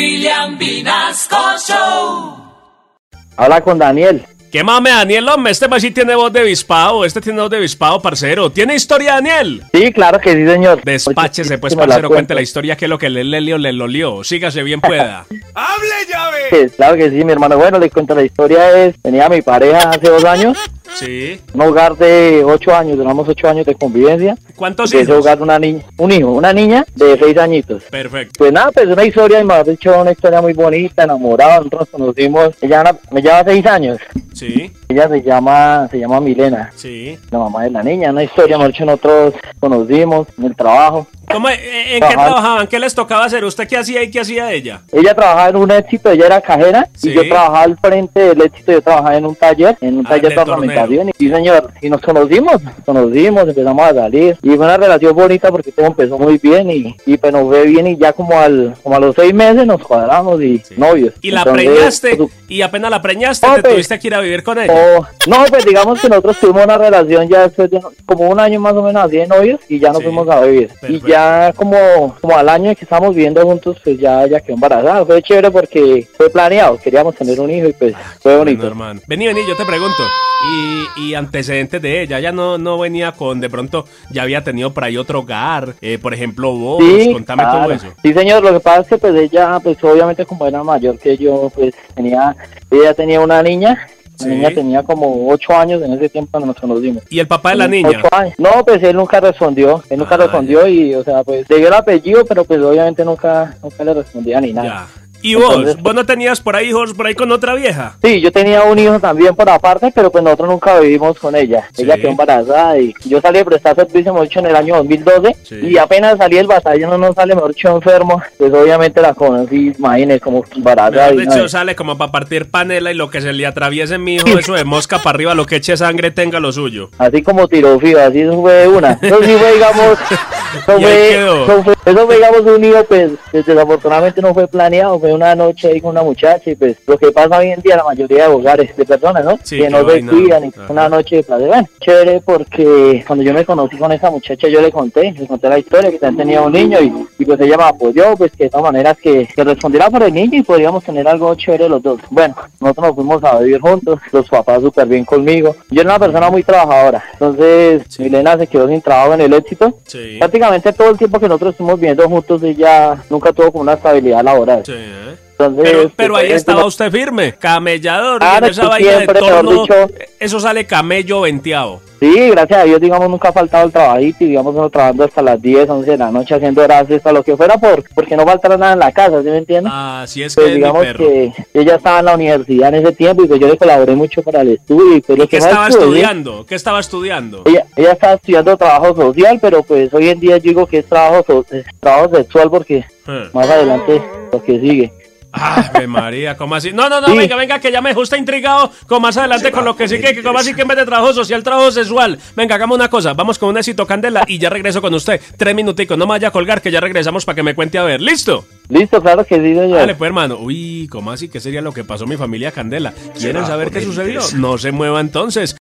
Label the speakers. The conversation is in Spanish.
Speaker 1: William Vinasco Show.
Speaker 2: Habla con Daniel.
Speaker 3: ¿Qué mame, Daniel, hombre? Este más sí tiene voz de bispado. Este tiene voz de bispado, parcero. ¿Tiene historia, Daniel?
Speaker 2: Sí, claro que sí, señor.
Speaker 3: Despáchese,
Speaker 2: Oye,
Speaker 3: pues,
Speaker 2: sí, me la
Speaker 3: parcero.
Speaker 2: cuento.
Speaker 3: Cuente la historia, que es lo que le lelió, le lolió. Sígase bien pueda.
Speaker 1: ¡Hable llave!
Speaker 2: Sí, Claro que sí, mi hermano. Bueno, les cuento la historia. Es, tenía a mi pareja hace dos años,
Speaker 3: Sí.
Speaker 2: un hogar de ocho años, duramos ocho años de convivencia.
Speaker 3: ¿Cuántos
Speaker 2: De ese
Speaker 3: hijos?
Speaker 2: hogar una niña, un hijo, una niña de seis añitos.
Speaker 3: Perfecto.
Speaker 2: Pues nada, pues una historia, y me ha dicho una historia muy bonita, enamorada, nosotros conocimos, ella era- me lleva seis años,
Speaker 3: Sí,
Speaker 2: ella se llama, se llama Milena,
Speaker 3: sí.
Speaker 2: la mamá de la niña, una historia, me ha dicho nosotros conocimos en el trabajo,
Speaker 3: ¿Cómo, eh, ¿En qué
Speaker 2: Trabajar.
Speaker 3: trabajaban? ¿Qué les tocaba hacer? ¿Usted qué hacía y qué hacía ella?
Speaker 2: Ella trabajaba en un éxito, ella era cajera
Speaker 3: Sí.
Speaker 2: y yo trabajaba al frente del éxito, yo trabajaba en un taller, en un
Speaker 3: Ah,
Speaker 2: taller
Speaker 3: de
Speaker 2: de ornamentación. Y señor, y nos conocimos, nos conocimos, empezamos a salir y fue una relación bonita porque todo empezó muy bien y, y pues nos fue bien y ya como al como a los seis meses nos cuadramos y
Speaker 3: Sí.
Speaker 2: novios.
Speaker 3: Y la
Speaker 2: Entonces, pues,
Speaker 3: preñaste.
Speaker 2: su-
Speaker 3: Y apenas la preñaste,
Speaker 2: No,
Speaker 3: te
Speaker 2: pues.
Speaker 3: tuviste que ir a vivir con ella.
Speaker 2: o- no, pues digamos que nosotros tuvimos una relación ya después de como un año más o menos así de novios y ya nos
Speaker 3: Sí.
Speaker 2: fuimos a vivir.
Speaker 3: Perfecto.
Speaker 2: Y ya como, como al año que estábamos viviendo juntos, pues ya, ya quedó embarazada. Fue chévere porque fue planeado, queríamos tener un hijo y pues fue
Speaker 3: Ah, Bueno,
Speaker 2: bonito.
Speaker 3: hermano. Vení, vení, yo te pregunto. Y, y antecedentes de ella, ya no, no venía con, de pronto, ya había tenido por ahí otro hogar, eh, por ejemplo, vos,
Speaker 2: Sí,
Speaker 3: pues, contame todo
Speaker 2: claro.
Speaker 3: eso.
Speaker 2: sí, señor, lo que pasa es que pues ella, pues obviamente como era mayor que yo, pues tenía, ella tenía una niña, la
Speaker 3: Sí.
Speaker 2: niña tenía como ocho años en ese tiempo cuando nos conocimos.
Speaker 3: ¿Y el papá de la
Speaker 2: Ocho
Speaker 3: niña?
Speaker 2: años. No, pues él nunca respondió, él nunca
Speaker 3: Ah,
Speaker 2: respondió y, o sea, pues le dio el apellido, pero pues obviamente nunca, nunca le respondía ni nada.
Speaker 3: Ya. ¿Y vos?
Speaker 2: Entonces-
Speaker 3: ¿Vos no tenías por ahí hijos, por ahí con otra vieja?
Speaker 2: Sí, yo tenía un hijo también por aparte, pero pues nosotros nunca vivimos con ella.
Speaker 3: Sí.
Speaker 2: Ella quedó embarazada y yo salí de prestar servicio, mejor dicho, en el año 2012
Speaker 3: Sí.
Speaker 2: y apenas salí del batallón, no sale, mejor dicho, enfermo. Pues obviamente la conocí, imagínense, como embarazada.
Speaker 3: Mejor
Speaker 2: y
Speaker 3: dicho,
Speaker 2: no,
Speaker 3: sale como para partir panela y lo que se le atraviese mi hijo, eso de mosca para arriba, lo que eche sangre tenga lo suyo.
Speaker 2: Así como tirofío, así eso fue de una. Eso sí fue, digamos, eso
Speaker 3: Y ahí
Speaker 2: fue,
Speaker 3: quedó.
Speaker 2: eso fue- eso fue, digamos, un hijo, pues, pues, desafortunadamente no fue planeado, fue una noche ahí con una muchacha y pues lo que pasa hoy en día en la mayoría de hogares de personas, ¿no?
Speaker 3: Sí,
Speaker 2: que
Speaker 3: qué
Speaker 2: no se
Speaker 3: vaina.
Speaker 2: cuidan, y
Speaker 3: Ajá.
Speaker 2: una noche de placer. Bueno, chévere porque cuando yo me conocí con esa muchacha yo le conté, le conté la historia que también tenía un niño y, y pues ella me apoyó, pues que de todas maneras que, que respondiera por el niño y podríamos tener algo chévere los dos. Bueno, nosotros nos fuimos a vivir juntos, los papás súper bien conmigo. Yo era una persona muy trabajadora, entonces
Speaker 3: Sí.
Speaker 2: Milena se quedó sin trabajo en el éxito.
Speaker 3: Sí.
Speaker 2: Prácticamente todo el tiempo que nosotros estuvimos viviendo juntos ella nunca tuvo como una estabilidad laboral.
Speaker 3: Sí, ¿eh?
Speaker 2: Entonces,
Speaker 3: Pero, pero ahí
Speaker 2: pues,
Speaker 3: estaba usted firme, camellador, y
Speaker 2: Claro,
Speaker 3: en esa
Speaker 2: que
Speaker 3: vaina de
Speaker 2: siempre, mejor
Speaker 3: torno,
Speaker 2: dicho.
Speaker 3: eso sale camello venteado.
Speaker 2: Sí, gracias a Dios, digamos, nunca ha faltado el trabajito y, digamos, uno trabajando hasta las 10, 11 de la noche haciendo horas hasta lo que fuera, por, porque no faltara nada en la casa, ¿sí me entiendes?
Speaker 3: Así Ah, es que
Speaker 2: pues
Speaker 3: es mi
Speaker 2: digamos
Speaker 3: perro.
Speaker 2: que ella estaba en la universidad en ese tiempo y pues yo le colaboré mucho para el estudio y pues lo
Speaker 3: ¿Y
Speaker 2: que
Speaker 3: qué
Speaker 2: más
Speaker 3: estaba
Speaker 2: pude,
Speaker 3: estudiando? ¿Qué estaba estudiando?
Speaker 2: Ella, ella estaba estudiando trabajo social, pero pues hoy en día yo digo que es trabajo, so- es trabajo sexual porque
Speaker 3: Eh.
Speaker 2: más adelante es lo que sigue.
Speaker 3: Ave María, ¿cómo así? No, no, no,
Speaker 2: Sí.
Speaker 3: venga, venga, que ya me gusta intrigado con más adelante con lo que sí que, que como así que en vez de trabajo social, trabajo sexual. Venga, hagamos una cosa, vamos con un éxito candela y ya regreso con usted. Tres minuticos, no me vaya a colgar que ya regresamos para que me cuente a ver. ¿Listo?
Speaker 2: Listo, claro que sí, señor.
Speaker 3: Dale, pues, hermano. Uy, ¿cómo así? ¿Qué sería lo que pasó a mi familia Candela? ¿Quieren saber qué sucedió? No se mueva entonces.